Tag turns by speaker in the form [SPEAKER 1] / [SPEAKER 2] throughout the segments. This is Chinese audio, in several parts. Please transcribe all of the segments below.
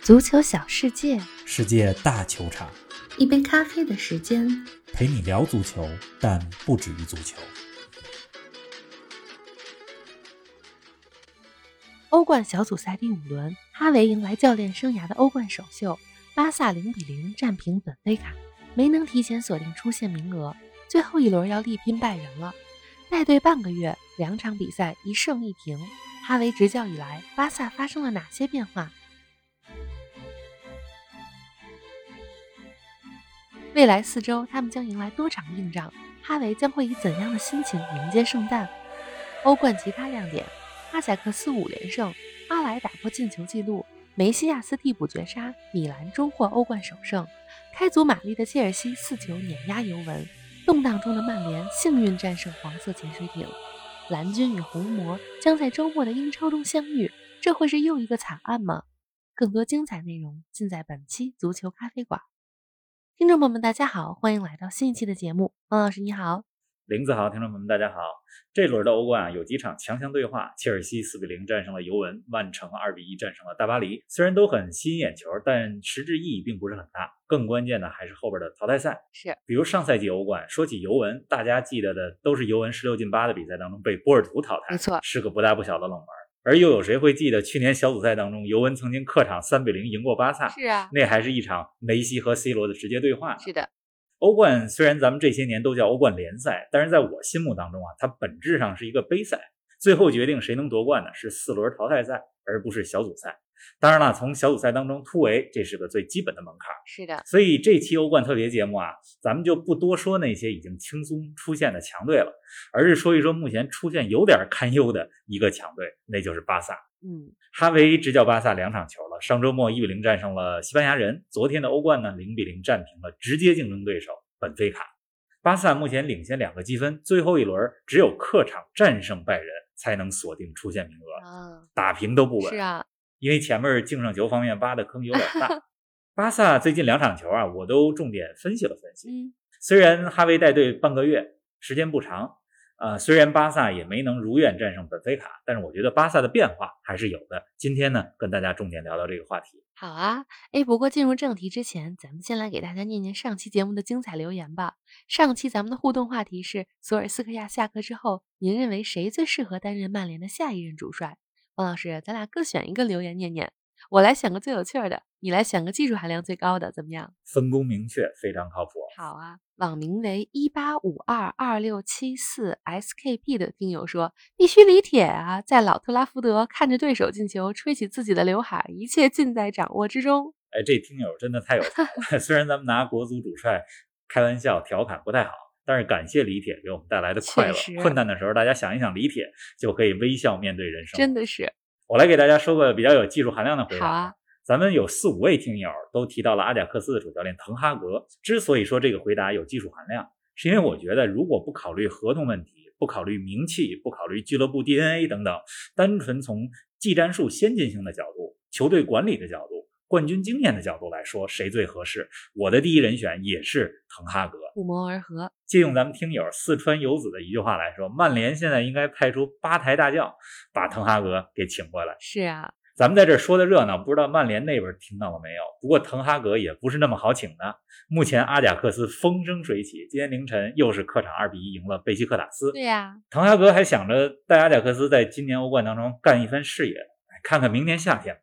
[SPEAKER 1] 足球小世界，
[SPEAKER 2] 世界大球场，
[SPEAKER 1] 一杯咖啡的时间。
[SPEAKER 2] 陪你聊足球，但不止于足球。
[SPEAKER 1] 欧冠小组赛第五轮，哈维迎来教练生涯的欧冠首秀，巴萨零比零战平本菲卡，没能提前锁定出线名额，最后一轮要力拼拜仁了。带队半个月，两场比赛一胜一平，哈维执教以来，巴萨发生了哪些变化？未来四周，他们将迎来多场硬仗，哈维将会以怎样的心情迎接圣诞？欧冠其他亮点：哈贾克斯五连胜，阿莱打破进球纪录，梅西亚斯替补绝杀，米兰终获欧冠首胜，开足马力的切尔西四球碾压尤文，动荡中的曼联幸运战胜黄色潜水艇，蓝军与红魔将在周末的英超中相遇，这会是又一个惨案吗？更多精彩内容尽在本期足球咖啡馆。听众朋友们，大家好，欢迎来到新一期的节目。王老师你好，
[SPEAKER 2] 林子豪，听众朋友们，大家好。这轮的欧冠啊，有几场强强对话，切尔西四比零战胜了尤文，曼城二比一战胜了大巴黎。虽然都很吸引眼球，但实质意义并不是很大。更关键的还是后边的淘汰赛。
[SPEAKER 1] 是
[SPEAKER 2] 比如上赛季欧冠，说起尤文，大家记得的都是尤文十六进八的比赛当中被波尔图淘汰，
[SPEAKER 1] 没错
[SPEAKER 2] 是个不大不小的冷门。而又有谁会记得去年小组赛当中，尤文曾经客场三比零赢过巴萨？
[SPEAKER 1] 是啊，
[SPEAKER 2] 那还是一场梅西和 C 罗的直接对话呢。
[SPEAKER 1] 是的，
[SPEAKER 2] 欧冠虽然咱们这些年都叫欧冠联赛，但是在我心目当中啊，它本质上是一个杯赛。最后决定谁能夺冠呢，是四轮淘汰赛，而不是小组赛。当然了，从小组赛当中突围，这是个最基本的门槛。
[SPEAKER 1] 是的，
[SPEAKER 2] 所以这期欧冠特别节目啊，咱们就不多说那些已经轻松出现的强队了，而是说一说目前出现有点堪忧的一个强队，那就是巴萨。
[SPEAKER 1] 嗯，
[SPEAKER 2] 哈维执教巴萨两场球了，上周末一比零战胜了西班牙人，昨天的欧冠呢零比零战平了直接竞争对手本菲卡。巴萨目前领先两个积分，最后一轮只有客场战胜拜仁才能锁定出线名额，
[SPEAKER 1] 啊，
[SPEAKER 2] 打平都不稳。
[SPEAKER 1] 是啊，
[SPEAKER 2] 因为前面净胜球方面挖的坑有点 大。巴萨最近两场球啊，我都重点分析了分析。
[SPEAKER 1] 嗯，
[SPEAKER 2] 虽然哈维带队半个月，时间不长，啊，虽然巴萨也没能如愿战胜本菲卡，但是我觉得巴萨的变化还是有的。今天呢，跟大家重点聊聊这个话题。
[SPEAKER 1] 好啊。哎，不过进入正题之前，咱们先来给大家念念上期节目的精彩留言吧。上期咱们的互动话题是：索尔斯克亚下课之后，您认为谁最适合担任曼联的下一任主帅？王老师，咱俩各选一个留言念念，我来想个最有趣儿的，你来想个技术含量最高的，怎么样？
[SPEAKER 2] 分工明确，非常靠谱。
[SPEAKER 1] 好啊，网名为一八五二二六七四 SKP 的听友说，必须李铁啊，在老特拉福德看着对手进球，吹起自己的刘海，一切尽在掌握之中。
[SPEAKER 2] 哎，这听友真的太有才了。 虽然咱们拿国足主帅开玩笑调侃不太好，但是感谢李铁给我们带来的快乐
[SPEAKER 1] 确实。
[SPEAKER 2] 困难的时候，大家想一想李铁，就可以微笑面对人生。
[SPEAKER 1] 真的是
[SPEAKER 2] 我来给大家说个比较有技术含量的回答。
[SPEAKER 1] 好啊
[SPEAKER 2] 咱们有四五位听友都提到了阿贾克斯的主教练滕哈格。之所以说这个回答有技术含量，是因为我觉得如果不考虑合同问题、不考虑名气、不考虑俱乐部 DNA 等等，单纯从技战术先进性的角度、球队管理的角度、冠军经验的角度来说，谁最合适？我的第一人选也是滕哈格。
[SPEAKER 1] 不谋而合。
[SPEAKER 2] 借用咱们听友四川游子的一句话来说，曼联现在应该派出八抬大轿把滕哈格给请过来。
[SPEAKER 1] 是啊，
[SPEAKER 2] 咱们在这儿说的热闹，不知道曼联那边听到了没有？不过滕哈格也不是那么好请的。目前阿贾克斯风生水起，今天凌晨又是客场二比一赢了贝西克塔斯。
[SPEAKER 1] 对呀、
[SPEAKER 2] 滕哈格还想着带阿贾克斯在今年欧冠当中干一番事业，哎看看明年夏天吧。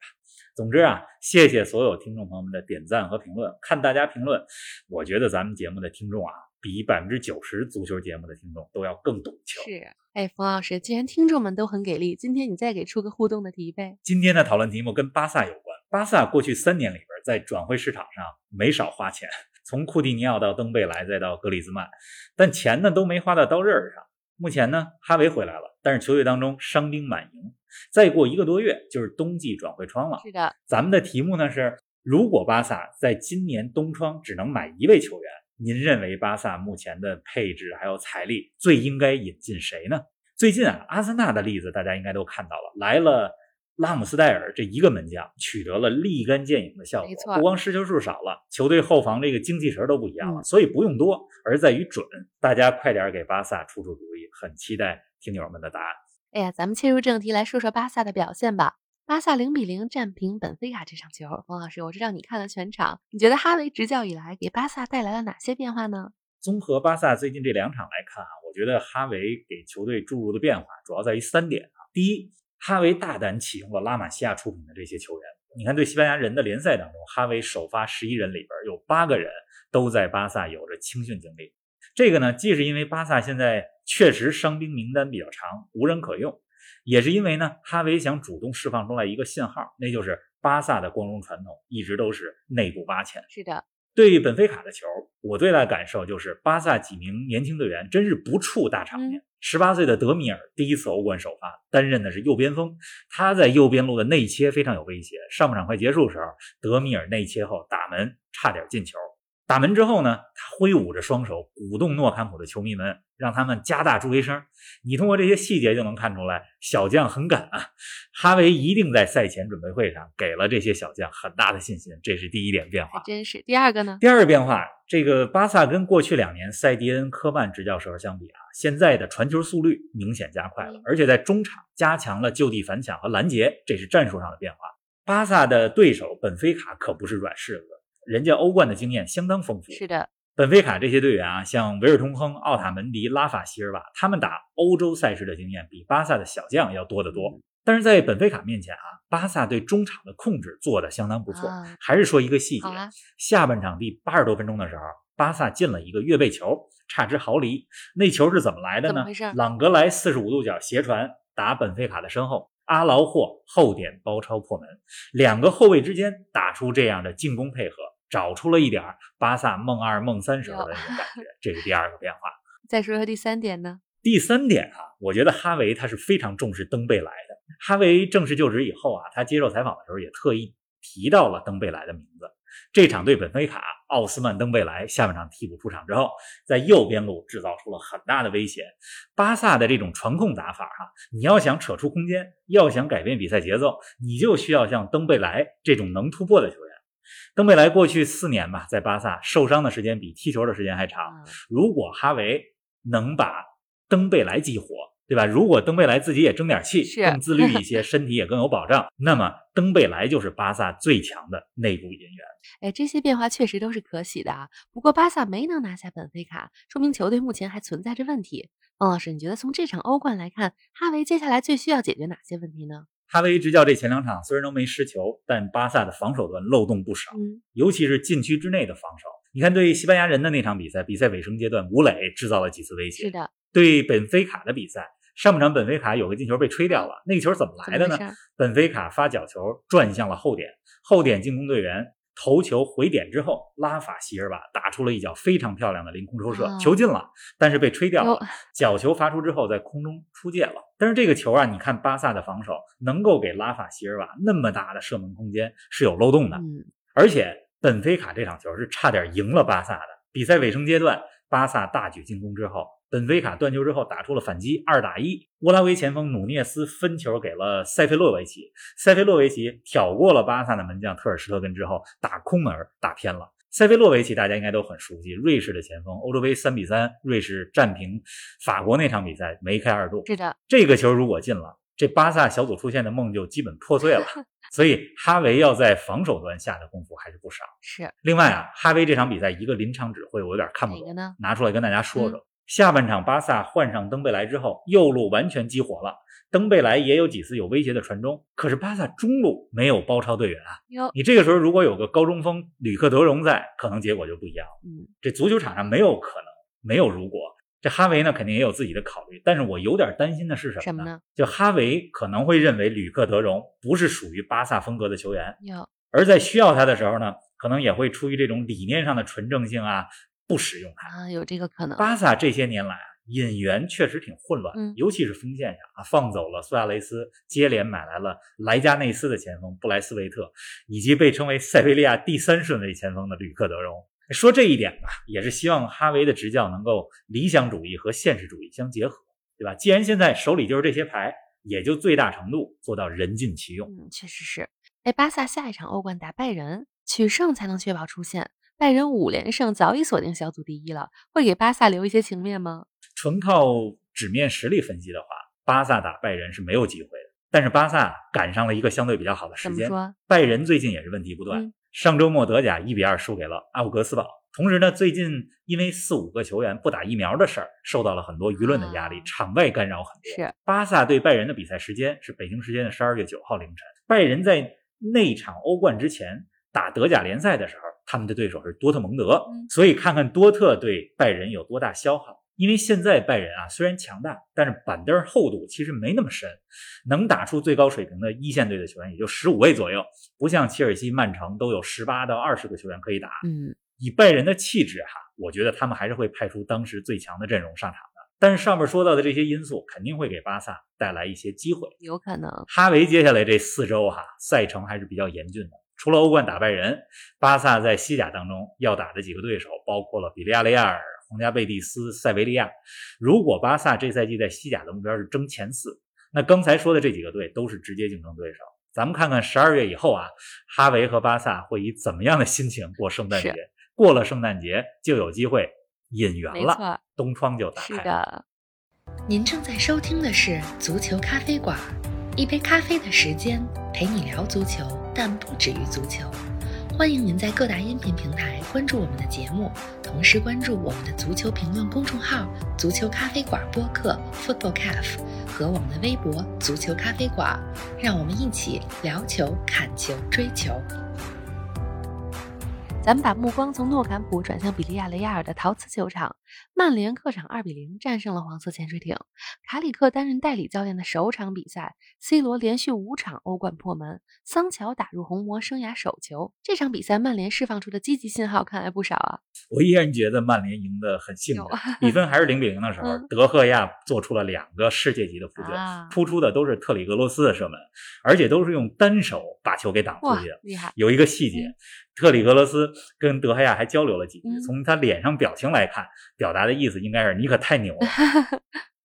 [SPEAKER 2] 总之啊，谢谢所有听众朋友们的点赞和评论。看大家评论，我觉得咱们节目的听众啊，比百分之九十足球节目的听众都要更懂球。
[SPEAKER 1] 是。哎，冯老师，既然听众们都很给力，今天你再给出个互动的题呗。
[SPEAKER 2] 今天的讨论题目跟巴萨有关。巴萨过去三年里边，在转会市场上没少花钱， 从库蒂尼奥到登贝莱，再到格里兹曼，但钱呢都没花到刀刃儿上。目前呢，哈维回来了，但是球队当中伤兵满营，再过一个多月就是冬季转会窗了。
[SPEAKER 1] 是的，
[SPEAKER 2] 咱们的题目呢是：如果巴萨在今年冬窗只能买一位球员，您认为巴萨目前的配置还有财力最应该引进谁呢？最近啊，阿森纳的例子大家应该都看到了，来了拉姆斯戴尔这一个门将，取得了立竿见影的效
[SPEAKER 1] 没
[SPEAKER 2] 果。
[SPEAKER 1] 错
[SPEAKER 2] 不光失球数少了，球队后防这个精气神都不一样了，
[SPEAKER 1] 嗯
[SPEAKER 2] 所以不用多，而在于准。大家快点给巴萨出出主意，很期待听友们的答案。
[SPEAKER 1] 哎呀，咱们切入正题来说说巴萨的表现吧。巴萨零比零战平本菲卡这场球，王老师，我知道你看了全场，你觉得哈维执教以来给巴萨带来了哪些变化呢？
[SPEAKER 2] 综合巴萨最近这两场来看啊，我觉得哈维给球队注入的变化主要在于三点啊。第一，哈维大胆启用了拉玛西亚出品的这些球员。你看，对西班牙人的联赛当中，哈维首发十一人里边有八个人都在巴萨有着青训经历。这个呢，既是因为巴萨现在确实伤兵名单比较长，无人可用，也是因为呢，哈维想主动释放出来一个信号，那就是巴萨的光荣传统一直都是内部挖潜。
[SPEAKER 1] 是的，
[SPEAKER 2] 对于本菲卡的球，我最大的感受就是巴萨几名年轻队员真是不怵大场面。十八岁的德米尔第一次欧冠首发，担任的是右边锋，他在右边路的内切非常有威胁。上半场快结束时候，德米尔内切后打门，差点进球。打门之后呢，他挥舞着双手，鼓动诺坎普的球迷们，让他们加大助威声。你通过这些细节就能看出来，小将很敢啊！哈维一定在赛前准备会上给了这些小将很大的信心，这是第一点变化
[SPEAKER 1] 还。真是。第二个呢？
[SPEAKER 2] 第二个变化，这个巴萨跟过去两年塞迪恩科曼执教时候相比啊，现在的传球速率明显加快了
[SPEAKER 1] 嗯，
[SPEAKER 2] 而且在中场加强了就地反抢和拦截，这是战术上的变化。巴萨的对手本菲卡可不是软柿子，人家欧冠的经验相当丰富。
[SPEAKER 1] 是的，
[SPEAKER 2] 本菲卡这些队员啊，像维尔通亨、奥塔门迪、拉法希尔瓦，他们打欧洲赛事的经验比巴萨的小将要多得
[SPEAKER 1] 嗯
[SPEAKER 2] 多。但是在本菲卡面前啊，巴萨对中场的控制做得相当不错。
[SPEAKER 1] 啊
[SPEAKER 2] 还是说一个细节，
[SPEAKER 1] 好啊，
[SPEAKER 2] 下半场第八十多分钟的时候，巴萨进了一个越位球，差之毫厘。那球是怎么来的
[SPEAKER 1] 怎么
[SPEAKER 2] 呢
[SPEAKER 1] 回事？
[SPEAKER 2] 朗格莱四十五度角斜传打本菲卡的身后，阿劳霍后点包抄破门，两个后卫之间打出这样的进攻配合，找出了一点儿巴萨梦二梦三时候的那种感觉。这是第二个变化。
[SPEAKER 1] 再说说第三点呢？
[SPEAKER 2] 第三点啊，我觉得哈维他是非常重视登贝莱的。哈维正式就职以后啊，他接受采访的时候也特意提到了登贝莱的名字。这场对本菲卡，奥斯曼·登贝莱下半场替补出场之后，在右边路制造出了很大的威胁。巴萨的这种传控打法哈、你要想扯出空间，要想改变比赛节奏，你就需要像登贝莱这种能突破的球员。登贝莱过去四年吧，在巴萨受伤的时间比踢球的时间还长，
[SPEAKER 1] 啊，
[SPEAKER 2] 如果哈维能把登贝莱激活，对吧？如果登贝莱自己也争点气，
[SPEAKER 1] 是
[SPEAKER 2] 更自律 一些，身体也更有保障，那么登贝莱就是巴萨最强的内部引援。
[SPEAKER 1] 哎，这些变化确实都是可喜的啊。不过巴萨没能拿下本菲卡，说明球队目前还存在着问题。王老师，你觉得从这场欧冠来看，哈维接下来最需要解决哪些问题呢？
[SPEAKER 2] 哈维执教这前两场虽然都没失球，但巴萨的防守端漏洞不少，
[SPEAKER 1] 嗯，
[SPEAKER 2] 尤其是禁区之内的防守。你看，对西班牙人的那场比赛，比赛尾声阶段，吴磊制造了几次威胁。
[SPEAKER 1] 是的，
[SPEAKER 2] 对本菲卡的比赛，上半场本菲卡有个进球被吹掉了，那个球怎么
[SPEAKER 1] 怎
[SPEAKER 2] 来
[SPEAKER 1] 么回
[SPEAKER 2] 的呢
[SPEAKER 1] 事？儿？
[SPEAKER 2] 本菲卡发角球转向了后点，后点进攻队员头球回点之后，拉法希尔瓦打出了一脚非常漂亮的凌空抽射，
[SPEAKER 1] 哦
[SPEAKER 2] 球进了，但是被吹掉
[SPEAKER 1] 哟
[SPEAKER 2] 了。角球发出之后，在空中出界了。但是这个球啊，你看巴萨的防守能够给拉法希尔瓦那么大的射门空间是有漏洞的，
[SPEAKER 1] 嗯，
[SPEAKER 2] 而且本菲卡这场球是差点赢了巴萨的。比赛尾声阶段，巴萨大举进攻之后，本菲卡断球之后打出了反击，二打一。乌拉圭前锋努涅斯分球给了塞菲洛维奇，塞菲洛维奇挑过了巴萨的门将特尔施特根之后，打空门儿打偏了。塞菲洛维奇大家应该都很熟悉，瑞士的前锋，欧洲杯三比三，瑞士战平法国那场比赛梅开二度。
[SPEAKER 1] 是的，
[SPEAKER 2] 这个球如果进了，这巴萨小组出线的梦就基本破碎 了。所以哈维要在防守端下的功夫还是不少。
[SPEAKER 1] 是
[SPEAKER 2] 另外啊，哈维这场比赛一个临场指挥我有点看不
[SPEAKER 1] 哪
[SPEAKER 2] 懂，
[SPEAKER 1] 个嗯呢？
[SPEAKER 2] 拿出来跟大家说说。下半场巴萨换上登贝莱之后，右路完全激活了，登贝莱也有几次有威胁的传中，可是巴萨中路没有包抄队员啊。
[SPEAKER 1] 哟，
[SPEAKER 2] 你这个时候如果有个高中锋吕克德容在，可能结果就不一样了。
[SPEAKER 1] 嗯，
[SPEAKER 2] 这足球场上没有可能，没有如果。这哈维呢，肯定也有自己的考虑，但是我有点担心的是什
[SPEAKER 1] 什
[SPEAKER 2] 么
[SPEAKER 1] 么
[SPEAKER 2] 呢？
[SPEAKER 1] 呢？
[SPEAKER 2] 就哈维可能会认为吕克德容不是属于巴萨风格的球员，
[SPEAKER 1] 哟，
[SPEAKER 2] 而在需要他的时候呢，可能也会出于这种理念上的纯正性啊，不使用他。
[SPEAKER 1] 啊，有这个可能。
[SPEAKER 2] 巴萨这些年来啊，引援确实挺混乱，
[SPEAKER 1] 嗯
[SPEAKER 2] 尤其是锋线上啊，放走了苏亚雷斯，接连买来了莱加内斯的前锋布莱斯维特，以及被称为塞维利亚第三顺位前锋的吕克德容。说这一点吧，也是希望哈维的执教能够理想主义和现实主义相结合，对吧？既然现在手里就是这些牌，也就最大程度做到人尽其用。
[SPEAKER 1] 嗯，确实是。哎，巴萨下一场欧冠打拜仁，取胜才能确保出线。拜仁五连胜早已锁定小组第一了，会给巴萨留一些情面吗？
[SPEAKER 2] 纯靠纸面实力分析的话，巴萨打拜仁是没有机会的。但是巴萨啊赶上了一个相对比较好的时
[SPEAKER 1] 怎么
[SPEAKER 2] 间，
[SPEAKER 1] 说？
[SPEAKER 2] 拜仁最近也是问题不断，
[SPEAKER 1] 嗯
[SPEAKER 2] 上周末德甲一比二输给了阿布格斯堡。同时呢，最近因为四五个球员不打疫苗的事儿，受到了很多舆论的压力，
[SPEAKER 1] 啊
[SPEAKER 2] 场外干扰很多。啊
[SPEAKER 1] 是
[SPEAKER 2] 巴萨对拜仁的比赛时间是北京时间的十二月九号凌晨。拜仁在那场欧冠之前打德甲联赛的时候，他们的对手是多特蒙德，
[SPEAKER 1] 嗯
[SPEAKER 2] 所以看看多特对拜仁有多大消耗。因为现在拜仁啊虽然强大，但是板凳厚度其实没那么深，能打出最高水平的一线队的球员也就十五位左右，不像切尔西、曼城都有十八到二十个球员可以打。
[SPEAKER 1] 嗯，
[SPEAKER 2] 以拜仁的气质哈，我觉得他们还是会派出当时最强的阵容上场的。但是上面说到的这些因素，肯定会给巴萨带来一些机会。
[SPEAKER 1] 有可能。
[SPEAKER 2] 哈维接下来这四周哈，赛程还是比较严峻的。除了欧冠打败人，巴萨在西甲当中要打的几个对手，包括了比利亚雷亚尔、皇家贝蒂斯、塞维利亚。如果巴萨这赛季在西甲的目标是争前四，那刚才说的这几个队都是直接竞争对手。咱们看看十二月以后啊，哈维和巴萨会以怎么样的心情过圣诞节？过了圣诞节就有机会引援
[SPEAKER 1] 没
[SPEAKER 2] 了，
[SPEAKER 1] 错，
[SPEAKER 2] 东窗就打
[SPEAKER 1] 是
[SPEAKER 2] 开了。
[SPEAKER 1] 的，
[SPEAKER 3] 您正在收听的是《足球咖啡馆》，一杯咖啡的时间陪你聊足球，但不止于足球。欢迎您在各大音频平台关注我们的节目，同时关注我们的足球评论公众号“足球咖啡馆”播客 （Football Cafe） 和我们的微博“足球咖啡馆”，让我们一起聊球、看球、追球。
[SPEAKER 1] 咱们把目光从诺坎普转向比利亚雷亚尔的陶瓷球场，曼联客场2比0战胜了黄色潜水艇。卡里克担任代理教练的首场比赛，C 罗连续五场欧冠破门，桑乔打入红魔生涯首球。这场比赛曼联释放出的积极信号看来不少啊，
[SPEAKER 2] 我依然觉得曼联赢得很幸运
[SPEAKER 1] 有，
[SPEAKER 2] 比分还是零比零的时候，
[SPEAKER 1] 嗯
[SPEAKER 2] 德赫亚做出了两个世界级的扑救，
[SPEAKER 1] 啊
[SPEAKER 2] 扑出的都是特里格罗斯的射门，而且都是用单手把球给挡出
[SPEAKER 1] 哇
[SPEAKER 2] 去的。，
[SPEAKER 1] 厉害！
[SPEAKER 2] 有一个细节，特里格罗斯跟德赫亚还交流了几句，
[SPEAKER 1] 嗯
[SPEAKER 2] 从他脸上表情来看，表达的意思应该是你可太牛 了。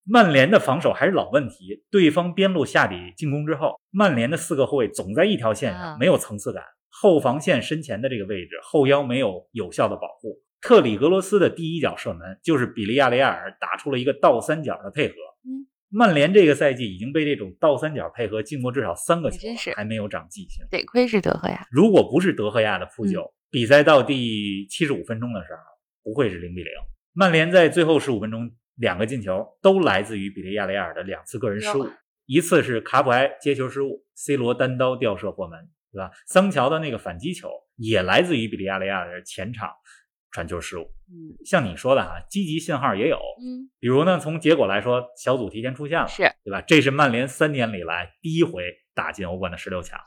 [SPEAKER 2] 曼联的防守还是老问题，对方边路下底进攻之后，曼联的四个后卫总在一条线
[SPEAKER 1] 啊
[SPEAKER 2] 上，没有层次感，后防线身前的这个位置，后腰没有有效的保护。特里格罗斯的第一脚射门就是比利亚雷亚尔打出了一个倒三角的配合。
[SPEAKER 1] 嗯
[SPEAKER 2] 曼联这个赛季已经被这种倒三角配合进过至少三个
[SPEAKER 1] 还
[SPEAKER 2] 球
[SPEAKER 1] 真是
[SPEAKER 2] 了，还没有长记性。
[SPEAKER 1] 得亏是德赫呀，
[SPEAKER 2] 如果不是德赫亚的
[SPEAKER 1] 嗯
[SPEAKER 2] 扑救，比赛到第七十五分钟的时候，不会是零比零。曼联在最后十五分钟两个进球都来自于比利亚雷亚尔的两次个人失误
[SPEAKER 1] 哟，
[SPEAKER 2] 一次是卡普埃接球失误，C 罗单刀吊射破门，对吧？桑乔的那个反击球也来自于比利亚雷亚尔的前场传球失误。
[SPEAKER 1] 嗯
[SPEAKER 2] 像你说的哈，积极信号也有，
[SPEAKER 1] 嗯，
[SPEAKER 2] 比如呢，从结果来说，小组提前出现了，
[SPEAKER 1] 是
[SPEAKER 2] 对吧？这是曼联三年里来第一回打进欧冠的十六强。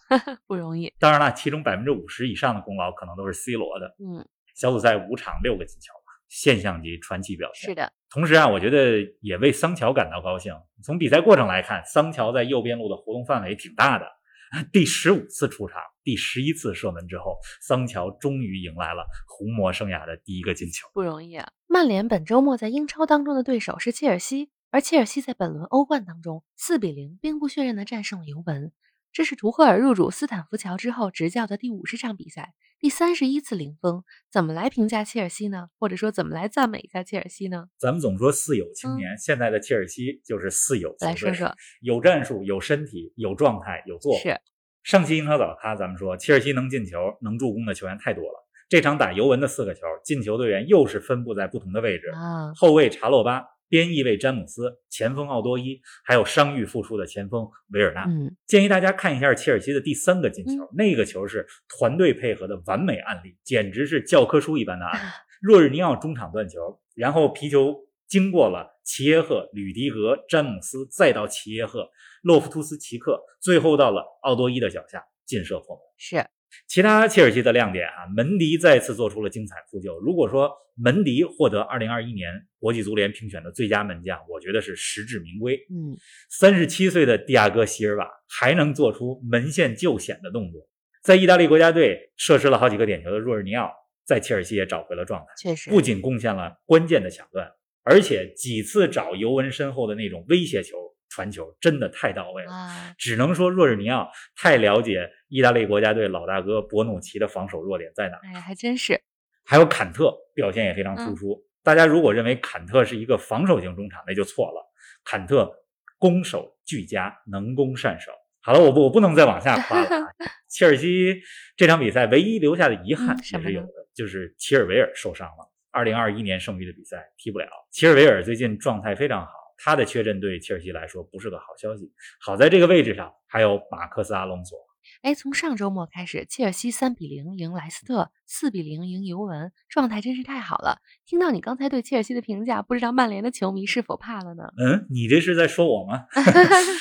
[SPEAKER 1] 不容易，
[SPEAKER 2] 当然了，其中百分之五十以上的功劳可能都是 C 罗的。
[SPEAKER 1] 嗯，
[SPEAKER 2] 小组赛五场六个进球吧，现象级传奇表现。
[SPEAKER 1] 是的，
[SPEAKER 2] 同时啊，我觉得也为桑乔感到高兴。从比赛过程来看，桑乔在右边路的活动范围挺大的。 第十五次出场，第十一次射门之后，桑乔终于迎来了红魔生涯的第一个进球。
[SPEAKER 1] 不容易啊。曼联本周末在英超当中的对手是切尔西，而切尔西在本轮欧冠当中4比0兵不血刃的战胜了尤文。这是图赫尔入主斯坦福桥之后执教的第五十场比赛，第三十一次零封。怎么来评价切尔西呢？或者说怎么来赞美一下切尔西呢？
[SPEAKER 2] 咱们总说四有青年，现在的切尔西就是四有球
[SPEAKER 1] 嗯
[SPEAKER 2] 队
[SPEAKER 1] 来说说，
[SPEAKER 2] 有战术，有身体，有状态，有作风。
[SPEAKER 1] 是
[SPEAKER 2] 上期英超早咖，咱们说切尔西能进球、能助攻的球员太多了。这场打尤文的四个球，进球队员又是分布在不同的位置，
[SPEAKER 1] 啊，
[SPEAKER 2] 后卫查洛巴，边翼卫詹姆斯，前锋奥多伊，还有伤愈复出的前锋维尔纳。
[SPEAKER 1] 嗯，
[SPEAKER 2] 建议大家看一下切尔西的第三个进球，那个球是团队配合的完美案例，简直是教科书一般的案例。若日尼奥中场断球，然后皮球经过了齐耶赫、吕迪格、詹姆斯，再到齐耶赫、洛夫图斯奇克，最后到了奥多伊的脚下劲射破门。
[SPEAKER 1] 是
[SPEAKER 2] 其他切尔西的亮点啊，门迪再次做出了精彩扑救。如果说门迪获得2021年国际足联评选的最佳门将，我觉得是实至名归。
[SPEAKER 1] 嗯，
[SPEAKER 2] 三十七岁的迪亚哥·席尔瓦还能做出门线救险的动作，在意大利国家队射失了好几个点球的若日尼奥，在切尔西也找回了状态，
[SPEAKER 1] 确实
[SPEAKER 2] 不仅贡献了关键的抢断，而且几次找尤文身后的那种威胁球传球真的太到位了。
[SPEAKER 1] 啊，
[SPEAKER 2] 只能说若日尼奥太了解意大利国家队老大哥博努奇的防守弱点在哪儿。
[SPEAKER 1] 哎呀，还真是
[SPEAKER 2] 还有坎特表现也非常
[SPEAKER 1] 嗯
[SPEAKER 2] 突出。大家如果认为坎特是一个防守型中场，那就错了。坎特攻守俱佳，能攻善守，好了，我不我不能再往下夸了 啊。切尔西这场比赛唯一留下的遗憾
[SPEAKER 1] 嗯什
[SPEAKER 2] 也
[SPEAKER 1] 么
[SPEAKER 2] 是有
[SPEAKER 1] 呢
[SPEAKER 2] 的，就是齐尔维尔受伤了。二零二一年剩余的比赛踢不了。齐尔维尔最近状态非常好，他的缺阵对切尔西来说不是个好消息。好在这个位置上还有马克思·阿隆索，
[SPEAKER 1] 哎，从上周末开始，切尔西三比零赢莱斯特，四比零赢尤文，状态真是太好了。听到你刚才对切尔西的评价，不知道曼联的球迷是否怕了呢？
[SPEAKER 2] 嗯，你这是在说我吗？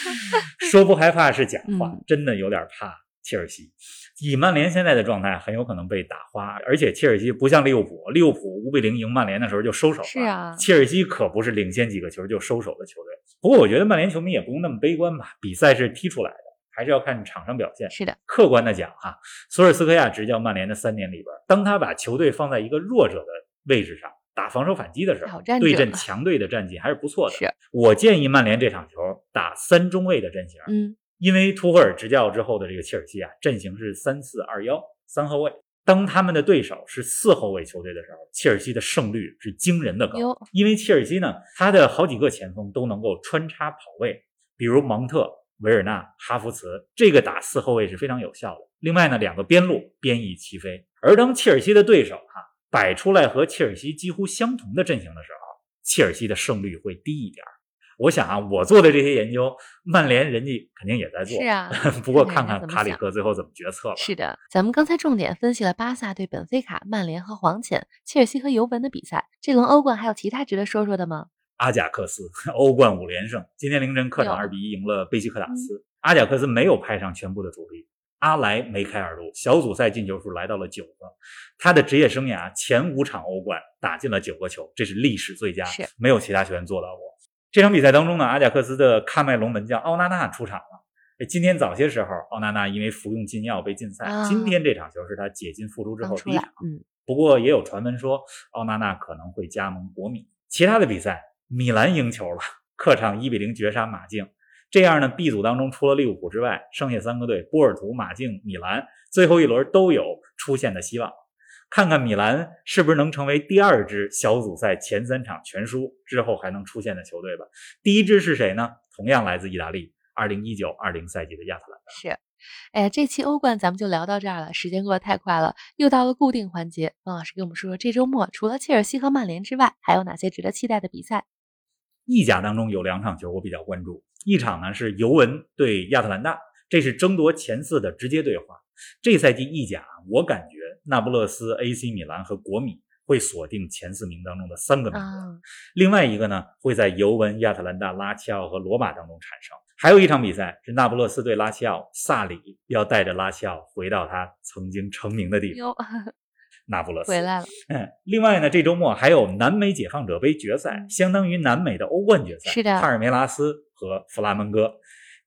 [SPEAKER 2] 说不害怕是假话，
[SPEAKER 1] 嗯
[SPEAKER 2] 真的有点怕切尔西。以曼联现在的状态，很有可能被打花。而且切尔西不像利物浦，利物浦五比零赢曼联的时候就收手了，
[SPEAKER 1] 是啊
[SPEAKER 2] 切尔西可不是领先几个球就收手的球队。不过我觉得曼联球迷也不用那么悲观吧，比赛是踢出来的，还是要看场上表现。
[SPEAKER 1] 是的，
[SPEAKER 2] 客观的讲哈，索尔斯克亚执教曼联的三年里边，当他把球队放在一个弱者的位置上打防守反击的时候
[SPEAKER 1] 挑，战者
[SPEAKER 2] 对阵强队的战绩还是不错的。
[SPEAKER 1] 是啊
[SPEAKER 2] 我建议曼联这场球打三中卫的阵型，
[SPEAKER 1] 嗯，
[SPEAKER 2] 因为图赫尔执教之后的这个切尔西啊，阵型是三四二幺三后卫。当他们的对手是四后卫球队的时候，切尔西的胜率是惊人的高。
[SPEAKER 1] 哟，
[SPEAKER 2] 因为切尔西呢，他的好几个前锋都能够穿插跑位，比如蒙特、维尔纳、哈弗茨，这个打四后卫是非常有效的。另外呢，两个边路边翼齐飞。而当切尔西的对手啊哈、摆出来和切尔西几乎相同的阵型的时候，切尔西的胜率会低一点儿。我想啊，我做的这些研究，曼联人家肯定也在做，
[SPEAKER 1] 是啊
[SPEAKER 2] 不过
[SPEAKER 1] 看看人家
[SPEAKER 2] 看看
[SPEAKER 1] 怎么
[SPEAKER 2] 卡里
[SPEAKER 1] 想
[SPEAKER 2] 克最后怎么决策吧。
[SPEAKER 1] 是的，咱们刚才重点分析了巴萨对本菲卡、曼联和黄潜、切尔西和尤文的比赛。这轮欧冠还有其他值得说说的吗？
[SPEAKER 2] 阿贾克斯欧冠五连胜，今天凌晨客场
[SPEAKER 1] 哟嗯
[SPEAKER 2] 二比一赢了贝西克塔斯。阿贾克斯没有派上全部的主力，阿莱梅开二度，小组赛进球数来到了九个。他的职业生涯前五场欧冠打进了九个球，这是历史最佳
[SPEAKER 1] 是，
[SPEAKER 2] 没有其他球员做到过。这场比赛当中呢，阿贾克斯的喀麦隆门将奥纳纳出场了。哎今天早些时候，奥纳纳因为服用禁药被禁赛。
[SPEAKER 1] 啊
[SPEAKER 2] 今天这场球是他解禁复出之
[SPEAKER 1] 刚
[SPEAKER 2] 后
[SPEAKER 1] 出
[SPEAKER 2] 第一场
[SPEAKER 1] 来。，嗯，
[SPEAKER 2] 不过也有传闻说，奥纳纳可能会加盟国米。其他的比赛，米兰赢球了，客场一比零绝杀马竞。这样呢，B 组当中除了利物浦之外，剩下三个队波尔图、马竞、米兰，最后一轮都有出线的希望。看看米兰是不是能成为第二支小组赛前三场全输之后还能出线的球队吧。第一支是谁呢？同样来自意大利，二零一九二零赛季的亚特兰大。
[SPEAKER 1] 是。哎呀，这期欧冠咱们就聊到这儿了，时间过得太快了，又到了固定环节。王老师给我们说说，这周末除了切尔西和曼联之外，还有哪些值得期待的比赛？
[SPEAKER 2] 意甲当中有两场球我比较关注，一场呢是尤文对亚特兰大，这是争夺前四的直接对话。这赛季意甲，我感觉那不勒斯、AC 米兰和国米会锁定前四名当中的三个名额。
[SPEAKER 1] 啊，
[SPEAKER 2] 另外一个呢，会在尤文、亚特兰大、拉齐奥和罗马当中产生。还有一场比赛是那不勒斯对拉齐奥，萨里要带着拉齐奥回到他曾经成名的地方
[SPEAKER 1] 哟，
[SPEAKER 2] ——那不勒斯。
[SPEAKER 1] 回来了，
[SPEAKER 2] 嗯，另外呢，这周末还有南美解放者杯决赛，
[SPEAKER 1] 嗯
[SPEAKER 2] 相当于南美的欧冠决赛，
[SPEAKER 1] 是的
[SPEAKER 2] 帕尔梅拉斯和弗拉门戈。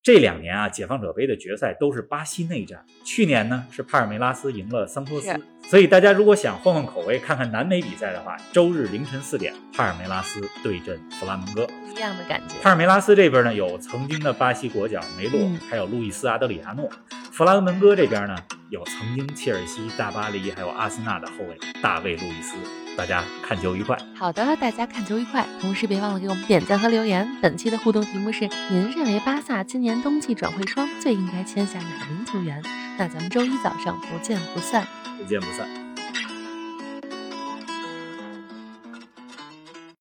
[SPEAKER 2] 这两年啊，解放者杯的决赛都是巴西内战。去年呢是帕尔梅拉斯赢了桑托斯
[SPEAKER 1] 是，
[SPEAKER 2] 所以大家如果想换换口味，看看南美比赛的话，周日凌晨四点，帕尔梅拉斯对阵弗拉门戈。
[SPEAKER 1] 不一样的感觉。
[SPEAKER 2] 帕尔梅拉斯这边呢有曾经的巴西国脚梅洛，
[SPEAKER 1] 嗯
[SPEAKER 2] 还有路易斯·阿德里亚诺；弗拉门戈这边呢有曾经切尔西、大巴黎还有阿森纳的后卫大卫·路易斯。大家看球愉快。
[SPEAKER 1] 好的，大家看球愉快，同时别忘了给我们点赞和留言。本期的互动题目是：您认为巴萨今年冬季转会窗最应该签下哪名球员？那咱们周一早上不见不散。
[SPEAKER 2] 不见不散。